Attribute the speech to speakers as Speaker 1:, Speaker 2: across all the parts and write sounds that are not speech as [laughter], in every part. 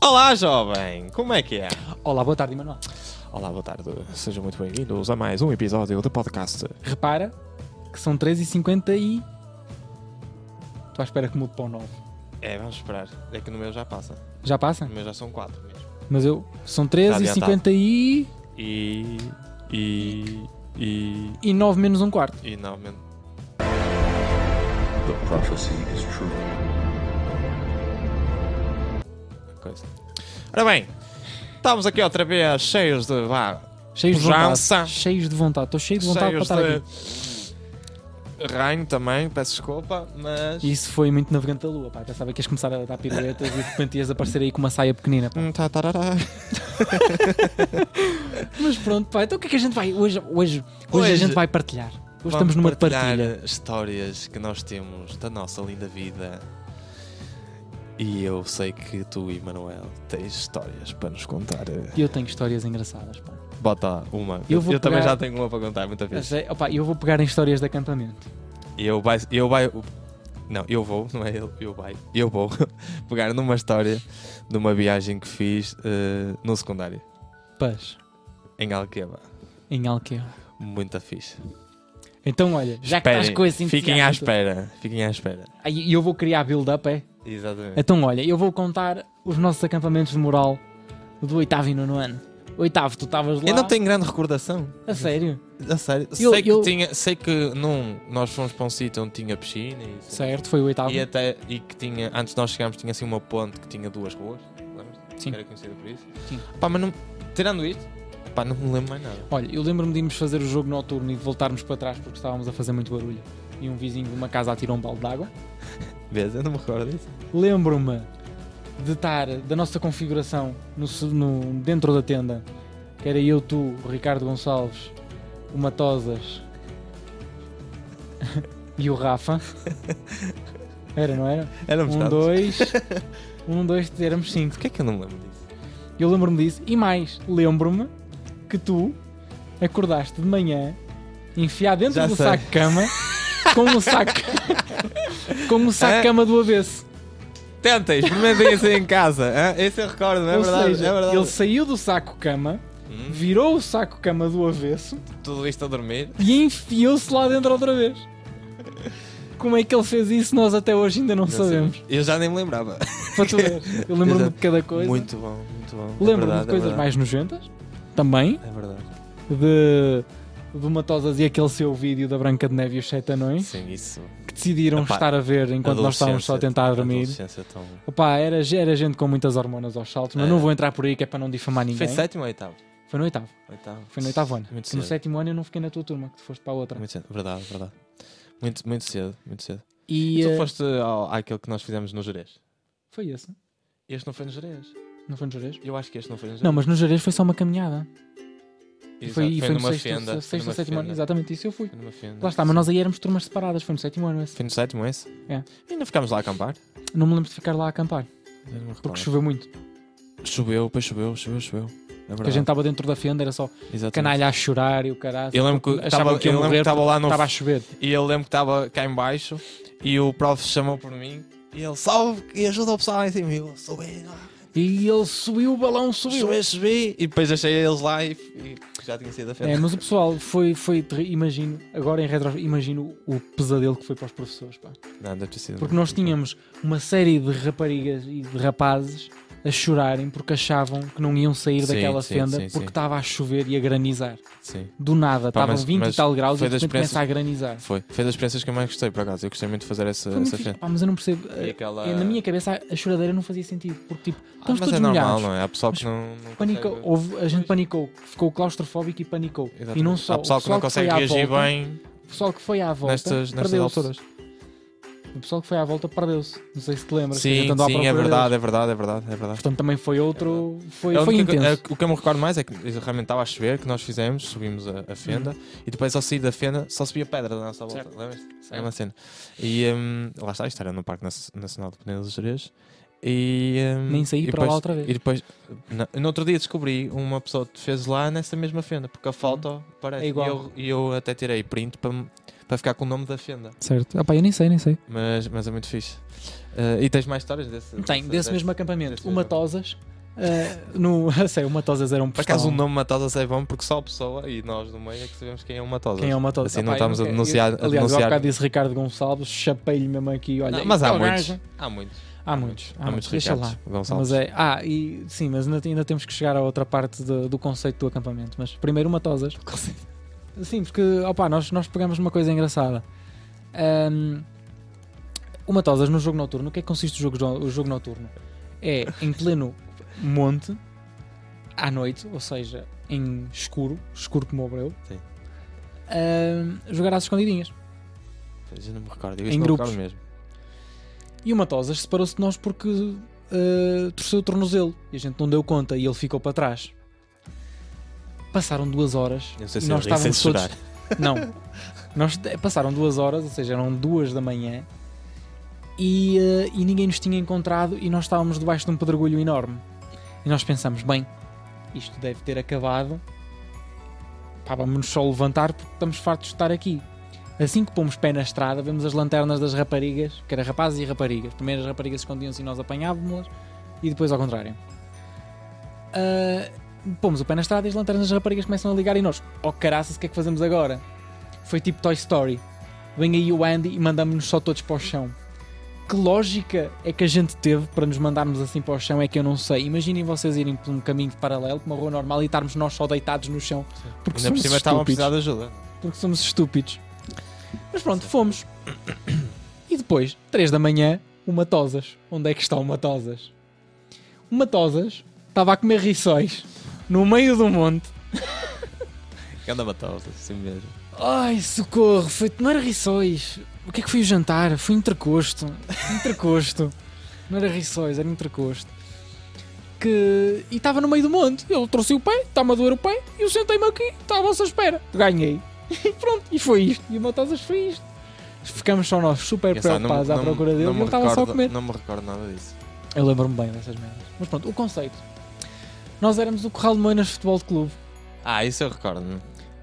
Speaker 1: Olá, jovem! Como é que é?
Speaker 2: Olá, boa tarde, Manuel.
Speaker 1: Olá, boa tarde. Sejam muito bem-vindos a mais um episódio do podcast.
Speaker 2: Repara que são 13h50 e. Estou à espera que mude para o 9.
Speaker 1: É, vamos esperar. É que no meu já passa.
Speaker 2: Já passa?
Speaker 1: No meu já são quatro mesmo.
Speaker 2: Mas eu. São
Speaker 1: Está adiantado.
Speaker 2: 13h50 e.
Speaker 1: E. E. E.
Speaker 2: e 9 menos um quarto.
Speaker 1: E não, mesmo.
Speaker 3: The prophecy is true.
Speaker 1: Coisa. Ora bem, estamos aqui outra vez cheios de. Vá,
Speaker 2: Cheios de
Speaker 1: Pujança.
Speaker 2: vontade. Cheios de vontade. Estou cheio de vontade
Speaker 1: cheios
Speaker 2: para estar aqui.
Speaker 1: de. Reino também, peço desculpa, mas.
Speaker 2: E Isso foi muito navegante da lua, pá. Pensava que ias começar a dar piruetas e de repente ias aparecer aí com uma saia pequenina, pá.
Speaker 1: Hum, tá, tarará.
Speaker 2: Mas pronto, pá. Então o que é que a gente vai. Hoje, hoje, hoje,
Speaker 1: Hoje-
Speaker 2: a gente vai partilhar. Hoje estamos
Speaker 1: Vamos
Speaker 2: numa
Speaker 1: partilhar
Speaker 2: partilha.
Speaker 1: histórias que nós temos da nossa linda vida. E eu sei que tu, Emanuel, tens histórias para nos contar.
Speaker 2: E eu tenho histórias engraçadas, pá.
Speaker 1: Bota uma.
Speaker 2: Eu vou
Speaker 1: também
Speaker 2: pegar-
Speaker 1: já tenho uma para contar, muita
Speaker 2: Eu,
Speaker 1: vez.
Speaker 2: sei, opa, eu vou pegar em histórias de acampamento.
Speaker 1: Eu vai, eu vai, não, eu vou, não é ele, eu vai, eu vou [laughs] pegar numa história de uma viagem que fiz eh, no secundário,
Speaker 2: Paz.
Speaker 1: em Alqueva.
Speaker 2: Em Alqueva.
Speaker 1: Muita fixe.
Speaker 2: Então, olha, já que estás
Speaker 1: Esperem,
Speaker 2: com esse
Speaker 1: Fiquem à
Speaker 2: entusiasmo,
Speaker 1: espera, fiquem à espera.
Speaker 2: tu- Aí eu vou criar build-up, é?
Speaker 1: Exatamente.
Speaker 2: Então, olha, eu vou contar os nossos acampamentos de moral do oitavo e nono ano. Oitavo, tu estavas lá.
Speaker 1: Eu não tenho grande recordação.
Speaker 2: A sério?
Speaker 1: A sério?
Speaker 2: Eu-
Speaker 1: sei, que
Speaker 2: eu-
Speaker 1: Tinha, sei que num, nós fomos para um sítio onde tinha piscina e,
Speaker 2: Certo, foi o oitavo.
Speaker 1: e é- até e que tinha, antes de nós chegarmos, tinha assim uma ponte que tinha duas ruas, lembras?
Speaker 2: Sim.
Speaker 1: Que era conhecida por isso.
Speaker 2: Sim.
Speaker 1: Pá, mas não, tirando isto, pá, não me lembro mais nada.
Speaker 2: Olha, eu lembro-me de irmos fazer o jogo noturno e de voltarmos para trás porque estávamos a fazer muito barulho. E um vizinho de uma casa atirou um balde de água.
Speaker 1: Vês? Eu não me recordo disso.
Speaker 2: Lembro-me de estar da nossa configuração no se- no- dentro da tenda, que era eu, tu, o Ricardo Gonçalves, o Matosas [laughs] e o Rafa. Era, não era?
Speaker 1: Éramos
Speaker 2: Um,
Speaker 1: tantos.
Speaker 2: dois. Um, dois, éramos cinco.
Speaker 1: Porquê é que eu não me lembro disso?
Speaker 2: Eu lembro-me disso e mais, lembro-me que tu acordaste de manhã enfiado dentro
Speaker 1: Já
Speaker 2: do
Speaker 1: sei.
Speaker 2: saco de cama com um saco com um saco de
Speaker 1: É?
Speaker 2: cama do avesso.
Speaker 1: Tentem, experimentem isso aí em casa. hã? Esse eu recordo, não é
Speaker 2: Ou
Speaker 1: verdade?
Speaker 2: seja,
Speaker 1: é verdade.
Speaker 2: ele saiu do saco de cama,
Speaker 1: Hum.
Speaker 2: virou o saco de cama do avesso
Speaker 1: Tudo isto a dormir.
Speaker 2: e enfiou-se lá dentro outra vez. Como é que ele fez isso? Nós até hoje ainda não, sabemos.
Speaker 1: Eu já nem me lembrava.
Speaker 2: Para tu ver. Eu lembro-me de cada coisa.
Speaker 1: Muito bom, muito bom. É
Speaker 2: Lembro-me
Speaker 1: verdade,
Speaker 2: de
Speaker 1: é
Speaker 2: coisas
Speaker 1: verdade.
Speaker 2: mais nojentas também.
Speaker 1: É verdade.
Speaker 2: de, de Matosas e aquele seu vídeo da Branca de Neve e os Sete Anões
Speaker 1: Sim, isso.
Speaker 2: que decidiram
Speaker 1: Epá,
Speaker 2: estar a ver enquanto nós estávamos só a tentar dormir.
Speaker 1: Adolescência tão...
Speaker 2: Opa, era, era gente com muitas hormonas aos saltos, mas
Speaker 1: É.
Speaker 2: não vou entrar por aí que é para não difamar ninguém.
Speaker 1: Foi sétimo ou oitavo?
Speaker 2: Foi no oitavo,
Speaker 1: Oitavo.
Speaker 2: foi no oitavo ano.
Speaker 1: Muito
Speaker 2: Que no
Speaker 1: cedo.
Speaker 2: sétimo ano eu não fiquei na tua turma, que tu foste para a outra.
Speaker 1: Muito cedo, verdade, verdade. Muito, muito cedo, muito cedo.
Speaker 2: E,
Speaker 1: E tu
Speaker 2: eh,
Speaker 1: foste ao, àquele que nós fizemos no Jerez?
Speaker 2: foi esse? né?
Speaker 1: Este não foi no Jerez.
Speaker 2: Não foi no Jerez?
Speaker 1: Eu acho que este não foi no Jerez.
Speaker 2: Não, mas no Jerez foi só uma caminhada. E
Speaker 1: Exato,
Speaker 2: foi, e foi no
Speaker 1: numa
Speaker 2: sexto,
Speaker 1: fenda. foi
Speaker 2: sexto ou
Speaker 1: numa
Speaker 2: sétimo ano,
Speaker 1: fenda.
Speaker 2: exatamente isso eu fui.
Speaker 1: Foi numa fenda.
Speaker 2: Lá está, mas nós aí éramos turmas separadas, foi no sétimo ano esse.
Speaker 1: Foi no sétimo esse?
Speaker 2: É.
Speaker 1: E ainda ficámos lá a acampar?
Speaker 2: Não me lembro de ficar lá a acampar,
Speaker 1: Eu não me recordo.
Speaker 2: porque choveu muito.
Speaker 1: Choveu, depois choveu, choveu, choveu. É
Speaker 2: Porque a
Speaker 1: verdade.
Speaker 2: gente estava dentro da fenda, era só
Speaker 1: Exatamente.
Speaker 2: canalha a chorar e o caralho.
Speaker 1: Eu lembro que estava eu lembro que estava lá no.
Speaker 2: Estava a chover.
Speaker 1: E eu lembro que estava cá em baixo e o prof chamou por mim e ele salve e ajuda o pessoal lá em cima. E eu subi, não,
Speaker 2: E ele subiu, o balão subiu.
Speaker 1: subi, subi. E depois achei eles lá e, e já tinha saído da fenda.
Speaker 2: É, mas o pessoal foi, foi terri- imagino, agora em retro, imagino o pesadelo que foi para os professores, pá.
Speaker 1: Não, deve ter sido. tipo,
Speaker 2: Porque nós tínhamos uma série de raparigas e de rapazes a chorarem porque achavam que não iam sair
Speaker 1: Sim,
Speaker 2: daquela
Speaker 1: sim,
Speaker 2: fenda
Speaker 1: sim,
Speaker 2: porque
Speaker 1: sim.
Speaker 2: estava a chover e a granizar.
Speaker 1: Sim.
Speaker 2: Do nada,
Speaker 1: Pá,
Speaker 2: estavam
Speaker 1: mas-
Speaker 2: 20 e
Speaker 1: mas
Speaker 2: tal graus e
Speaker 1: foi
Speaker 2: de
Speaker 1: das
Speaker 2: repente começa
Speaker 1: experiências-
Speaker 2: a granizar.
Speaker 1: Foi. Foi das experiências que eu mais gostei, por acaso. Eu gostei muito de fazer essa,
Speaker 2: Foi muito
Speaker 1: essa
Speaker 2: fixe.
Speaker 1: fenda.
Speaker 2: Pá, mas eu não percebo.
Speaker 1: E
Speaker 2: eh,
Speaker 1: aquela-
Speaker 2: eh, Na minha cabeça a- a choradeira não fazia sentido. Porque tipo,
Speaker 1: Ah,
Speaker 2: estamos
Speaker 1: mas
Speaker 2: todos
Speaker 1: é normal,
Speaker 2: molhados.
Speaker 1: não é? Há pessoal que não. não
Speaker 2: Panicou,
Speaker 1: consegue-
Speaker 2: houve- a gente panicou, ficou claustrofóbico e panicou.
Speaker 1: Exatamente.
Speaker 2: E não só.
Speaker 1: Há pessoal
Speaker 2: o
Speaker 1: que não
Speaker 2: foi
Speaker 1: consegue
Speaker 2: à
Speaker 1: reagir
Speaker 2: volta-
Speaker 1: bem
Speaker 2: O pessoal que foi à volta
Speaker 1: nestas, nestas
Speaker 2: perdeu-se.
Speaker 1: alturas.
Speaker 2: O pessoal que foi à volta perdeu-se. Não sei se te lembras. que a gente
Speaker 1: Sim,
Speaker 2: andou à
Speaker 1: sim, é
Speaker 2: procura
Speaker 1: verdade,
Speaker 2: deles.
Speaker 1: é verdade, é verdade, é verdade.
Speaker 2: Portanto, também foi outro. Foi,
Speaker 1: A
Speaker 2: foi
Speaker 1: única co-
Speaker 2: intenso.
Speaker 1: a- o que eu me recordo mais é que realmente estava a chover, que nós fizemos, subimos a, a fenda e depois ao sair da fenda só subia pedra da nossa volta.
Speaker 2: Uhum. Certo.
Speaker 1: Lembras-te? É uma cena. E hum, lá está, isto era no Parque Nas- Nacional de Peneda dos Jerez E, hum,
Speaker 2: Nem saí
Speaker 1: e
Speaker 2: para lá
Speaker 1: depois-
Speaker 2: outra vez.
Speaker 1: E depois, na- no outro dia descobri uma pessoa que fez lá nessa mesma fenda, porque a foto parece.
Speaker 2: É igual.
Speaker 1: E eu, e eu até tirei print para me- para ficar com o nome da fenda.
Speaker 2: Certo. Ah, pá, eu nem sei, nem sei.
Speaker 1: Mas, mas é muito fixe. Eh, e tens mais histórias desse?
Speaker 2: Tem, desse mesmo acampamento,
Speaker 1: desse
Speaker 2: o
Speaker 1: mesmo.
Speaker 2: Matosas. ah, no, [laughs] a sério, o Matosas era um
Speaker 1: Por acaso o
Speaker 2: postão.
Speaker 1: nome Matosa é bom porque só a pessoa e nós no meio é que sabemos quem é o Matosa.
Speaker 2: Quem é o Matosas?
Speaker 1: Assim
Speaker 2: Ah,
Speaker 1: não
Speaker 2: pá, eu
Speaker 1: estamos a
Speaker 2: nunca-
Speaker 1: denunciar. a
Speaker 2: eu- aliás, eu há
Speaker 1: denunciar-
Speaker 2: bocado disse Ricardo Gonçalves, chapei-lhe mesmo aqui. Olha,
Speaker 1: Não, mas há
Speaker 2: aquele
Speaker 1: muitos.
Speaker 2: gajo-
Speaker 1: Há muitos.
Speaker 2: Há muitos,
Speaker 1: Há muitos
Speaker 2: deixa
Speaker 1: Ricardos
Speaker 2: lá.
Speaker 1: Gonçalves.
Speaker 2: Mas é, ah, e sim, mas ainda, ainda temos que chegar a outra parte do, do conceito do acampamento. Mas primeiro, Matosas. Sim, porque opa, nós, nós pegamos numa coisa engraçada. Ahm, o Matosas no jogo noturno, o que é que consiste o jogo, jo- o jogo noturno? É em pleno monte, à noite, ou seja, em escuro, escuro como o breu,
Speaker 1: Sim.
Speaker 2: ahm, jogar às escondidinhas.
Speaker 1: Pois, Eu não me recordo. Eu
Speaker 2: Em
Speaker 1: isso não me
Speaker 2: grupos.
Speaker 1: recordo mesmo.
Speaker 2: E o Matosas separou-se de nós porque uh, torceu o tornozelo e a gente não deu conta e ele ficou para trás. Passaram duas horas
Speaker 1: Eu não sei
Speaker 2: e
Speaker 1: se é eu
Speaker 2: nós
Speaker 1: ri, sei
Speaker 2: estávamos
Speaker 1: se
Speaker 2: todos.
Speaker 1: chorar.
Speaker 2: Não, nós passaram duas horas, ou seja, eram duas da manhã e, uh, e ninguém nos tinha encontrado e nós estávamos debaixo de um pedregulho enorme. E nós pensamos, bem, isto deve ter acabado. Pá, vamos só levantar porque estamos fartos de estar aqui. Assim que pomos pé na estrada, vemos as lanternas das raparigas, que era rapazes e raparigas. Primeiro as raparigas escondiam-se e nós apanhávamos-las, e depois ao contrário. Ah, pomos o pé na estrada e as lanternas das raparigas começam a ligar e nós, oh caraças, o que é que fazemos agora? Foi tipo Toy Story. Vem aí o Andy e mandamos-nos só todos para o chão. Que lógica é que a gente teve para nos mandarmos assim para o chão é que eu não sei. Imaginem vocês irem por um caminho paralelo, por uma rua normal e estarmos nós só deitados no chão. Porque
Speaker 1: Ainda por
Speaker 2: somos
Speaker 1: cima estavam a
Speaker 2: estúpidos
Speaker 1: precisar de ajuda.
Speaker 2: porque somos estúpidos. Mas pronto, fomos. E depois, 3 da manhã, o Matosas. Onde é que está o Matosas? O Matosas estava a comer riçóis no meio do monte.
Speaker 1: Anda Matosa, assim mesmo.
Speaker 2: Ai, socorro, foi tomar riçóis. O que é que foi o jantar? Foi entrecosto.
Speaker 1: [laughs]
Speaker 2: Entrecosto. Não era riçóis, era entrecosto. Que... E estava no meio do monte. Ele trouxe o pé, está-me a doer o pé, e eu sentei-me aqui, está à vossa espera. Ganhei. [laughs] E pronto, e foi isto. E o Matosas foi isto. Ficamos só nós super
Speaker 1: Engraçado, não me-
Speaker 2: preocupados à
Speaker 1: não me-
Speaker 2: procura dele
Speaker 1: não
Speaker 2: e
Speaker 1: me
Speaker 2: ele estava só a
Speaker 1: recordo-
Speaker 2: comer.
Speaker 1: Não me recordo nada disso.
Speaker 2: Eu lembro-me bem dessas merdas. Mas pronto, o conceito. Nós éramos o Corral de Moinas Futebol de Clube.
Speaker 1: Ah, isso eu recordo.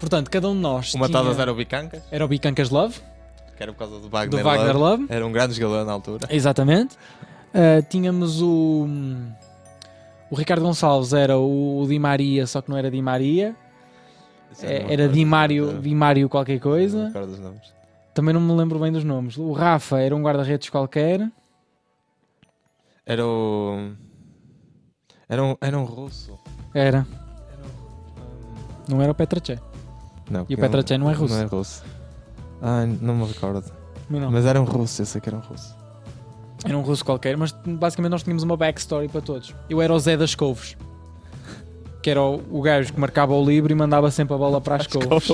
Speaker 2: Portanto, cada um de nós
Speaker 1: O Matosa
Speaker 2: tinha...
Speaker 1: era o Bicancas,
Speaker 2: era o Bicancas Love,
Speaker 1: que era por causa do Wagner,
Speaker 2: do Wagner Love.
Speaker 1: Era um grande jogador na altura.
Speaker 2: Exatamente. Ah, tínhamos o. O Ricardo Gonçalves era o, o Di Maria, só que não era Di Maria.
Speaker 1: Isso eu não me
Speaker 2: É- Era um
Speaker 1: recordo.
Speaker 2: Di Mário,
Speaker 1: Eu-
Speaker 2: Di Mário qualquer
Speaker 1: Não me
Speaker 2: coisa.
Speaker 1: recordo dos nomes.
Speaker 2: Também não me lembro bem dos nomes. O Rafa era um guarda-redes qualquer.
Speaker 1: Era o. Era um, era um russo. Hum,
Speaker 2: Era. Não era o Petrache.
Speaker 1: Não,
Speaker 2: E o Petrache não é russo.
Speaker 1: Não é russo. Ah, não me recordo.
Speaker 2: Mas não.
Speaker 1: Mas era um russo, eu sei que era um russo.
Speaker 2: Era um russo qualquer, mas basicamente nós tínhamos uma backstory para todos. Eu era o Zé das Couves. Que era o, o gajo que marcava o livro e mandava sempre a bola para as couves.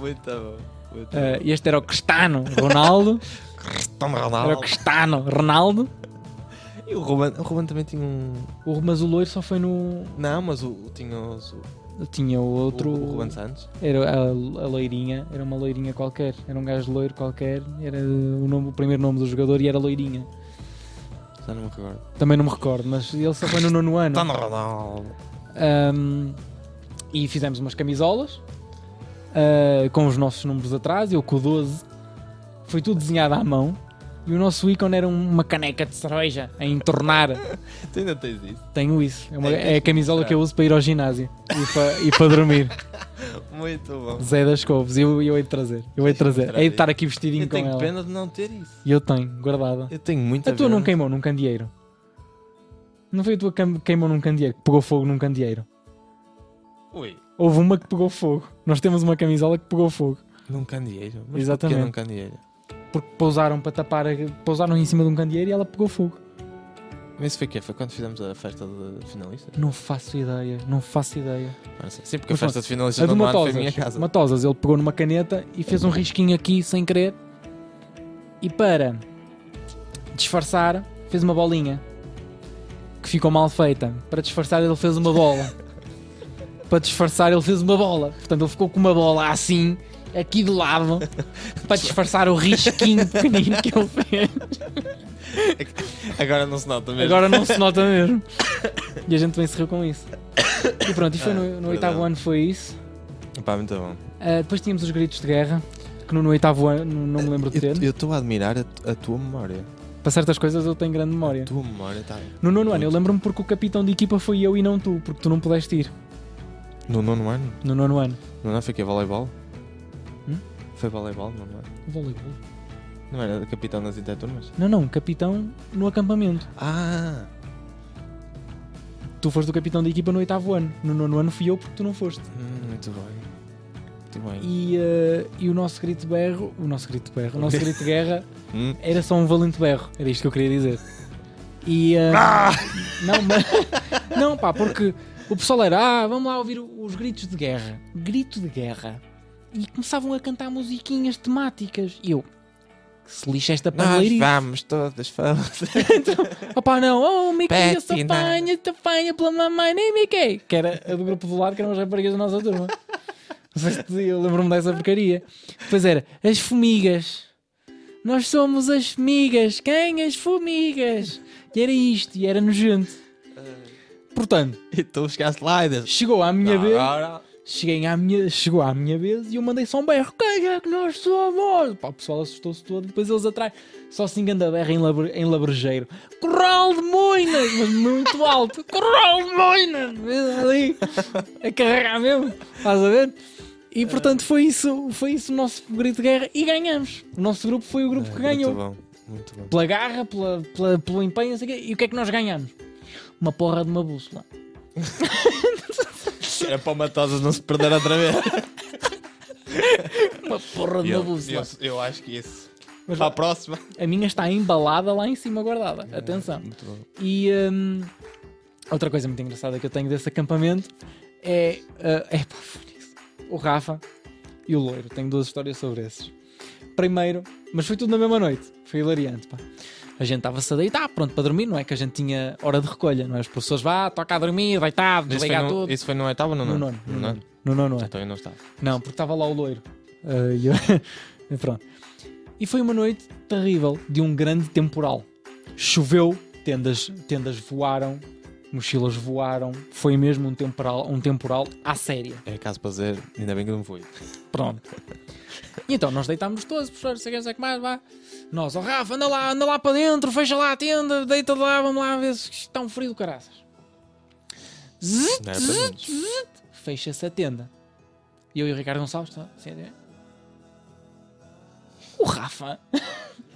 Speaker 1: Muito bom. Muito
Speaker 2: Ah, este era o Cristiano [laughs] Ronaldo.
Speaker 1: Toma
Speaker 2: Era o
Speaker 1: Ronaldo.
Speaker 2: Cristiano Ronaldo.
Speaker 1: E o Ruben, o Ruben também tinha um.
Speaker 2: O, mas o loiro só foi no.
Speaker 1: Não, mas o, tinha os- o,
Speaker 2: Tinha o outro.
Speaker 1: o Ruben Santos.
Speaker 2: Era a, a loirinha, era uma loirinha qualquer. Era um gajo loiro qualquer. Era o, nome- o primeiro nome do jogador e era loirinha.
Speaker 1: Já não me recordo.
Speaker 2: Também não me recordo, mas ele só foi Tá no nono ano.
Speaker 1: Toma Ronaldo.
Speaker 2: Ahm, e fizemos umas camisolas ah, com os nossos números atrás, eu com o 12. Foi tudo desenhado à mão. E o nosso ícone era um, uma caneca de cerveja a entornar.
Speaker 1: [laughs] Tu ainda tens isso?
Speaker 2: Tenho isso. É, uma-
Speaker 1: É,
Speaker 2: é a camisola que eu uso para ir ao ginásio e para, e para dormir.
Speaker 1: Muito bom.
Speaker 2: Zé das Couves, eu, eu hei de trazer. Eu hei de trazer.
Speaker 1: Trazer.
Speaker 2: Hei de estar aqui vestidinho
Speaker 1: Eu
Speaker 2: com
Speaker 1: tenho
Speaker 2: ela. É
Speaker 1: pena de não ter isso.
Speaker 2: E eu tenho, guardada.
Speaker 1: Eu um. tenho muita
Speaker 2: A tua não
Speaker 1: pena.
Speaker 2: queimou num candeeiro? Não foi a tua que queimou num candeeiro, que pegou fogo num candeeiro?
Speaker 1: Ui.
Speaker 2: Houve uma que pegou fogo. Nós temos uma camisola que pegou fogo.
Speaker 1: Num candeeiro. Mas
Speaker 2: Exatamente.
Speaker 1: Exatamente. num candeeiro?
Speaker 2: Porque pousaram para tapar, a- pousaram em cima de um candeeiro e ela pegou fogo.
Speaker 1: Mas isso foi o quê? Foi quando fizemos a festa de finalistas?
Speaker 2: Não faço ideia, não faço ideia.
Speaker 1: Não sei. Sim, porque
Speaker 2: Mas
Speaker 1: a festa de
Speaker 2: A
Speaker 1: finalistas
Speaker 2: É do
Speaker 1: não ano foi a
Speaker 2: Matosas.
Speaker 1: minha casa.
Speaker 2: Matosas, ele pegou numa caneta e fez um risquinho aqui sem querer. E para disfarçar, fez
Speaker 1: [laughs]
Speaker 2: uma bolinha que ficou mal feita. Para disfarçar, ele fez uma bola. para disfarçar, ele fez uma bola. Portanto, ele ficou com uma bola assim, aqui de lado, para disfarçar o
Speaker 1: [laughs]
Speaker 2: risquinho pequenino que ele fez.
Speaker 1: Agora não se nota mesmo.
Speaker 2: Agora não se nota mesmo. E a gente bem se riu com isso. E pronto, e foi
Speaker 1: Ah,
Speaker 2: no, no
Speaker 1: perdão.
Speaker 2: oitavo ano foi isso.
Speaker 1: Pá, muito bom.
Speaker 2: Ah, depois tínhamos os gritos de guerra, que no, no oitavo ano não- não me lembro de ter.
Speaker 1: Eu estou a admirar a, tu- a tua memória.
Speaker 2: Para certas coisas eu tenho grande memória.
Speaker 1: A tua memória tá- está.
Speaker 2: No nono ano,
Speaker 1: Muito.
Speaker 2: eu lembro-me porque o capitão de equipa foi eu e não tu, porque tu não pudeste ir
Speaker 1: No nono ano?
Speaker 2: no nono ano.
Speaker 1: No nono foi que voleibol?
Speaker 2: Hum?
Speaker 1: Foi voleibol no nono ano?
Speaker 2: Voleibol.
Speaker 1: Não era capitão das interturmas?
Speaker 2: Não, não, capitão no acampamento.
Speaker 1: Ah!
Speaker 2: Tu foste o capitão da equipa no oitavo ano. No nono ano fui eu porque tu não foste.
Speaker 1: hum, muito bem. Muito bem.
Speaker 2: E, eh, e o nosso grito de berro, o nosso grito de berro, o nosso grito de guerra
Speaker 1: Hum.
Speaker 2: era só um valente berro. Era isto que eu queria dizer. E. eh, Não, mas. [laughs] Não, pá, porque o pessoal era, ah, vamos lá ouvir os gritos de guerra. Grito de guerra. E começavam a cantar musiquinhas temáticas. E eu. que Se lixa esta
Speaker 1: Nós
Speaker 2: paneleirice.
Speaker 1: vamos todas fazer.
Speaker 2: Opá, não, oh, Mickey, eu sou
Speaker 1: Betty, não.
Speaker 2: apanha, te apanha pela mamãe, nem Mickey. Que era a do grupo do lado, que eram as raparigas da nossa turma. Não sei se te- eu lembro-me dessa porcaria. Depois era, as formigas. Nós somos as formigas, quem as formigas? E era isto, e era nojento. Portanto,
Speaker 1: [laughs] E tu chegaste lá e dizes.
Speaker 2: chegou à minha vez,
Speaker 1: Agora.
Speaker 2: cheguei à minha, chegou à minha vez e eu mandei só um berro. Quem é que nós somos? Pá, o pessoal assustou-se todo, depois eles atrás, só se enganda berra em, labre, em labrejeiro. Corral de Moinas! Mas muito alto. [laughs] Corral de Moinas! Mesmo Ali, a carregar mesmo, estás a ver? E portanto foi isso, foi isso o nosso grito de guerra e ganhamos. O nosso grupo foi o grupo que ganhou
Speaker 1: É, Muito bom. Muito bom.
Speaker 2: pela garra, pela, pela- pelo empenho, não sei o quê. E o que é que nós ganhamos? Uma porra de uma bússola.
Speaker 1: Era para o Matosas não se perder outra [laughs] vez.
Speaker 2: Uma porra de uma bússola.
Speaker 1: acho que isso.
Speaker 2: Mas
Speaker 1: Para a próxima.
Speaker 2: a minha está embalada lá em cima, guardada. Atenção.
Speaker 1: Muito bom.
Speaker 2: E hum, outra coisa muito engraçada que eu tenho desse acampamento é. ah, é pá, foi isso. o Rafa e o Loiro. Tenho duas histórias sobre esses. Primeiro, mas foi tudo na mesma noite. Foi hilariante, pá. A gente estava-se a deitar, pronto, para dormir, não é? Que a gente tinha hora de recolha, não é? Os professores, vá, toca a dormir, deitado,
Speaker 1: Mas Isso foi,
Speaker 2: desligar
Speaker 1: no,
Speaker 2: tudo.
Speaker 1: isso foi no oitavo ou no
Speaker 2: No
Speaker 1: nono?
Speaker 2: nono, no nono. No nono é. ano.
Speaker 1: Então eu não estava.
Speaker 2: Não, porque estava lá o loiro. Ah, e eu- [laughs] e pronto. E foi uma noite terrível de um grande temporal. Choveu, tendas, tendas voaram, mochilas voaram. Foi mesmo um temporal, um temporal à séria.
Speaker 1: É caso para dizer, ainda bem que não fui.
Speaker 2: Pronto. E então nós deitámos todos, professor, não sei quem, sei que mais, vá. Nós, ó Rafa, anda lá, anda lá para dentro, fecha lá a tenda, deita lá, vamos lá ver se está um frio do caraças. Zzz,
Speaker 1: Não era para menos.
Speaker 2: fecha-se a tenda. E eu e o Ricardo Gonçalves, tá? Sim, é. O Rafa. [laughs]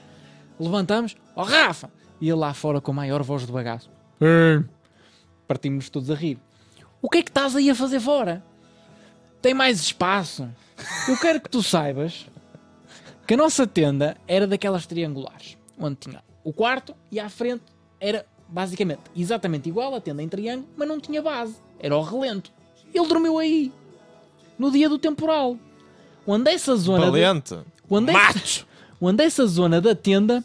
Speaker 2: Levantamos, ó Rafa! E ele lá fora com a maior voz do bagaço. Partimos todos a rir. O que é que estás aí a fazer fora? Tem mais espaço. Eu quero que tu saibas que a nossa tenda era daquelas triangulares, onde tinha o quarto e à frente era basicamente exatamente igual a tenda em triângulo, mas não tinha base, era ao relento. Ele dormiu aí, no dia do temporal. Onde essa zona. de-
Speaker 1: Valente!
Speaker 2: Onde essa, onde é essa zona da tenda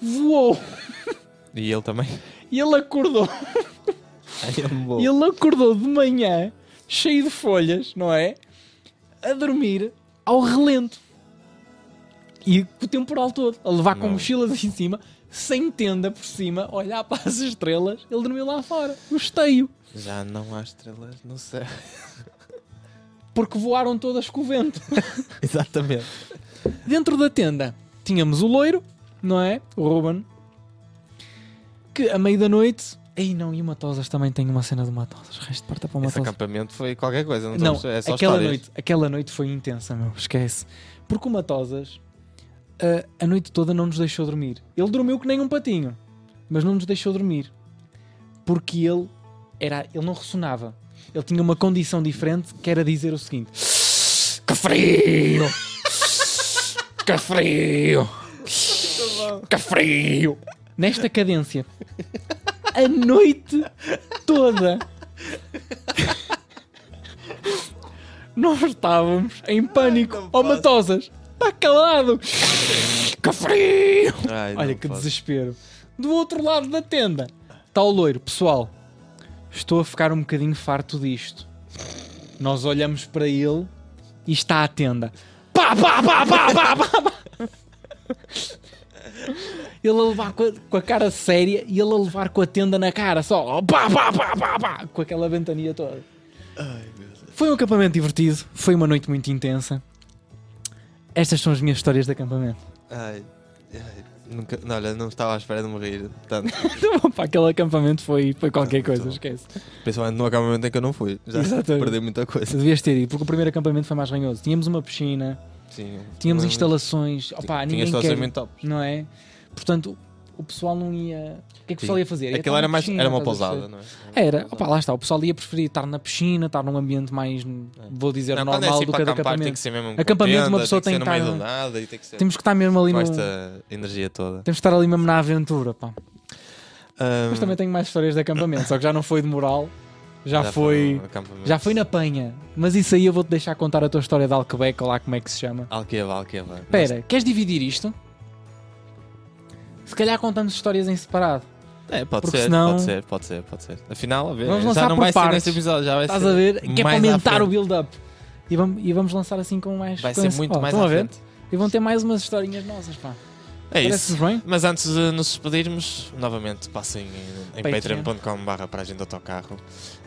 Speaker 2: voou
Speaker 1: [laughs] E ele também.
Speaker 2: e ele acordou.
Speaker 1: Aí é um ele me voou.
Speaker 2: E ele acordou de manhã, cheio de folhas, não é? A dormir ao relento. E com o temporal todo, a levar com
Speaker 1: Não.
Speaker 2: mochilas em cima, sem tenda por cima, a olhar para as estrelas, ele dormiu lá fora, o esteio.
Speaker 1: Já não há estrelas no céu.
Speaker 2: Porque voaram todas com o vento.
Speaker 1: Exatamente.
Speaker 2: Dentro da tenda tínhamos o loiro, não é? O Ruben. Que a meio da noite. Ei, não, e o Matosas também tem uma cena do Matosas. Resto porta para o
Speaker 1: Esse
Speaker 2: Matosas.
Speaker 1: acampamento foi qualquer coisa, não, estou a
Speaker 2: Não,
Speaker 1: perceber, é só
Speaker 2: aquela,
Speaker 1: histórias.
Speaker 2: noite, aquela noite foi intensa, meu. Esquece. Porque o Matosas ah, a, noite toda não nos deixou dormir. Ele dormiu que nem um patinho, mas não nos deixou dormir. Porque ele era, ele não ressonava. Ele tinha uma condição diferente que era dizer o seguinte: Que frio! [laughs] Que frio! Que frio! Nesta cadência. A noite toda. [laughs] Nós estávamos em pânico.
Speaker 1: não
Speaker 2: Ó
Speaker 1: posso.
Speaker 2: Matosas, está calado! Que frio!
Speaker 1: Ai,
Speaker 2: Olha
Speaker 1: não
Speaker 2: que
Speaker 1: posso.
Speaker 2: desespero. Do outro lado da tenda está o loiro. Pessoal, estou a ficar um bocadinho farto disto. Nós olhamos para ele e está a tenda. Pá, pá, pá, pá, pá, pá, pá. Ele a levar com a, com a cara séria e ele a levar com a tenda na cara só. Pá, pá, pá, pá, pá, com aquela ventania toda.
Speaker 1: Ai, meu Deus.
Speaker 2: Foi um acampamento divertido, foi uma noite muito intensa. Estas são as minhas histórias de acampamento. [laughs]
Speaker 1: Ai, ai. Nunca, não, olha, não estava à espera de morrer. Tanto.
Speaker 2: Então, pá, aquele acampamento foi, foi qualquer
Speaker 1: Muito
Speaker 2: coisa,
Speaker 1: bom.
Speaker 2: esquece.
Speaker 1: Principalmente no acampamento em que eu não fui. Já
Speaker 2: Exatamente.
Speaker 1: perdi muita coisa.
Speaker 2: Devias ter ido, porque o primeiro acampamento foi mais ranhoso. Tínhamos uma piscina,
Speaker 1: Sim,
Speaker 2: tínhamos
Speaker 1: não-
Speaker 2: instalações, opá,
Speaker 1: Tinha
Speaker 2: ninguém
Speaker 1: instalações
Speaker 2: quer,
Speaker 1: muito top.
Speaker 2: não é? Portanto, o pessoal não ia... O que é que o pessoal
Speaker 1: Sim.
Speaker 2: ia fazer? Ia
Speaker 1: Aquilo
Speaker 2: estar
Speaker 1: era
Speaker 2: na
Speaker 1: mais.
Speaker 2: piscina,
Speaker 1: Era uma
Speaker 2: estás a perceber?
Speaker 1: pousada, não é?
Speaker 2: Era, opá, lá está, o pessoal ia preferir estar na piscina, estar num ambiente mais, vou dizer,
Speaker 1: Não, quando é
Speaker 2: normal
Speaker 1: assim
Speaker 2: do
Speaker 1: para
Speaker 2: que a de
Speaker 1: acampar, tem que
Speaker 2: acampamento.
Speaker 1: ser mesmo. com
Speaker 2: Acampamento, uma
Speaker 1: tenda,
Speaker 2: pessoa
Speaker 1: tem que
Speaker 2: tem que
Speaker 1: ser no meio do
Speaker 2: estar-
Speaker 1: nada e tem que ser.
Speaker 2: Temos que estar mesmo ali
Speaker 1: com
Speaker 2: no...
Speaker 1: esta energia toda.
Speaker 2: Temos que estar ali mesmo na aventura, pá.
Speaker 1: Hum. Ahm,
Speaker 2: Mas também tenho mais histórias de acampamento, só que já não foi de moral, já,
Speaker 1: foram
Speaker 2: foi.
Speaker 1: acampamentos.
Speaker 2: Já foi na penha. Mas isso aí eu vou-te deixar contar a tua história de Alquebeca, ou lá como é que se chama.
Speaker 1: Alqueva, Alqueva.
Speaker 2: Espera, queres dividir isto? Se calhar contamos histórias em separado.
Speaker 1: Mas- É, pode
Speaker 2: porque
Speaker 1: ser,
Speaker 2: senão-
Speaker 1: pode ser, pode ser, pode ser. Afinal, a ver.
Speaker 2: Vamos
Speaker 1: já
Speaker 2: lançar
Speaker 1: não
Speaker 2: por
Speaker 1: vai
Speaker 2: partes.
Speaker 1: ser neste episódio, já vai
Speaker 2: Estás
Speaker 1: ser.
Speaker 2: a ver? Que é para
Speaker 1: mais à
Speaker 2: aumentar
Speaker 1: frente.
Speaker 2: o build-up. E vamos, e vamos lançar assim com mais
Speaker 1: Vai ser
Speaker 2: frequência.
Speaker 1: muito
Speaker 2: Pá,
Speaker 1: mais
Speaker 2: estão
Speaker 1: à
Speaker 2: a ver?
Speaker 1: frente.
Speaker 2: E vão ter mais umas historinhas nossas, pá.
Speaker 1: É isso.
Speaker 2: Parece-vos bem?
Speaker 1: Mas antes de nos despedirmos, novamente passem em, em
Speaker 2: Patreon.
Speaker 1: patreon.com/barra para a gente autocarro.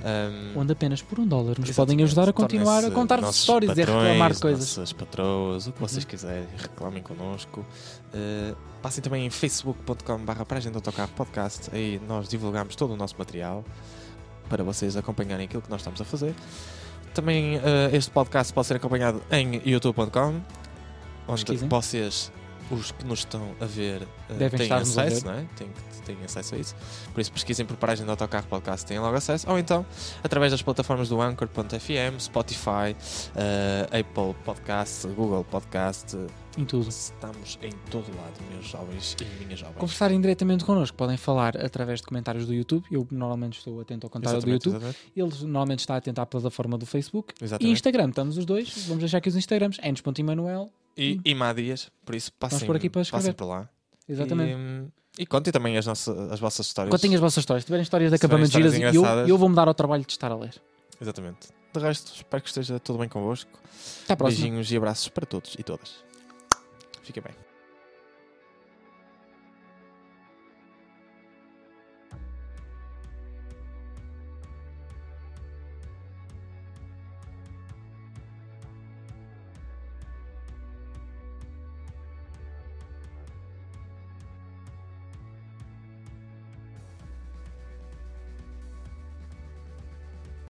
Speaker 1: Ahm,
Speaker 2: Onde apenas por um dólar nos
Speaker 1: Exatamente.
Speaker 2: podem ajudar a continuar a
Speaker 1: Tornem-se
Speaker 2: contar-vos
Speaker 1: nossos
Speaker 2: histórias e a
Speaker 1: patrões,
Speaker 2: reclamar de coisas.
Speaker 1: Nossas patroas, o que vocês quiserem, reclamem connosco. Uh, passem também em facebook.com.br para a gente autocarro podcast. Aí nós divulgamos todo o nosso material para vocês acompanharem aquilo que nós estamos a fazer. Também uh, este podcast pode ser acompanhado em youtube.com, onde
Speaker 2: Pesquisem.
Speaker 1: vocês. Os que nos estão a ver uh,
Speaker 2: Devem
Speaker 1: têm
Speaker 2: estar-nos a
Speaker 1: acesso,
Speaker 2: ver.
Speaker 1: não é? Têm, têm acesso a isso. Por isso, pesquisem por paragem de autocarro podcast, têm logo acesso. Ou então, através das plataformas do Anchor.fm, Spotify, eh, Apple Podcasts, Google Podcasts.
Speaker 2: Em tudo.
Speaker 1: Estamos em todo lado, meus jovens e minhas jovens.
Speaker 2: Conversarem diretamente connosco. Podem falar através de comentários do YouTube. Eu normalmente estou atento ao comentário do
Speaker 1: Exatamente,
Speaker 2: YouTube.
Speaker 1: exatamente.
Speaker 2: Ele normalmente está atento à plataforma do Facebook. E
Speaker 1: Exatamente.
Speaker 2: Instagram, estamos os dois. Vamos deixar aqui os Instagrams. Enes.emanuel.
Speaker 1: E, e má dias, por isso passem
Speaker 2: por aqui para
Speaker 1: passem
Speaker 2: escrever.
Speaker 1: por lá. E,
Speaker 2: Exatamente.
Speaker 1: hum, E, contem também as, nossas, as vossas histórias.
Speaker 2: Contem as vossas histórias. Se tiverem histórias de
Speaker 1: Se tiverem
Speaker 2: acampamento giras,
Speaker 1: histórias
Speaker 2: eu,
Speaker 1: engraçadas.
Speaker 2: eu vou-me dar ao trabalho de estar a ler.
Speaker 1: Exatamente. De resto, espero que esteja tudo bem convosco.
Speaker 2: Até à próxima.
Speaker 1: Beijinhos e abraços para todos e todas. Fiquem bem.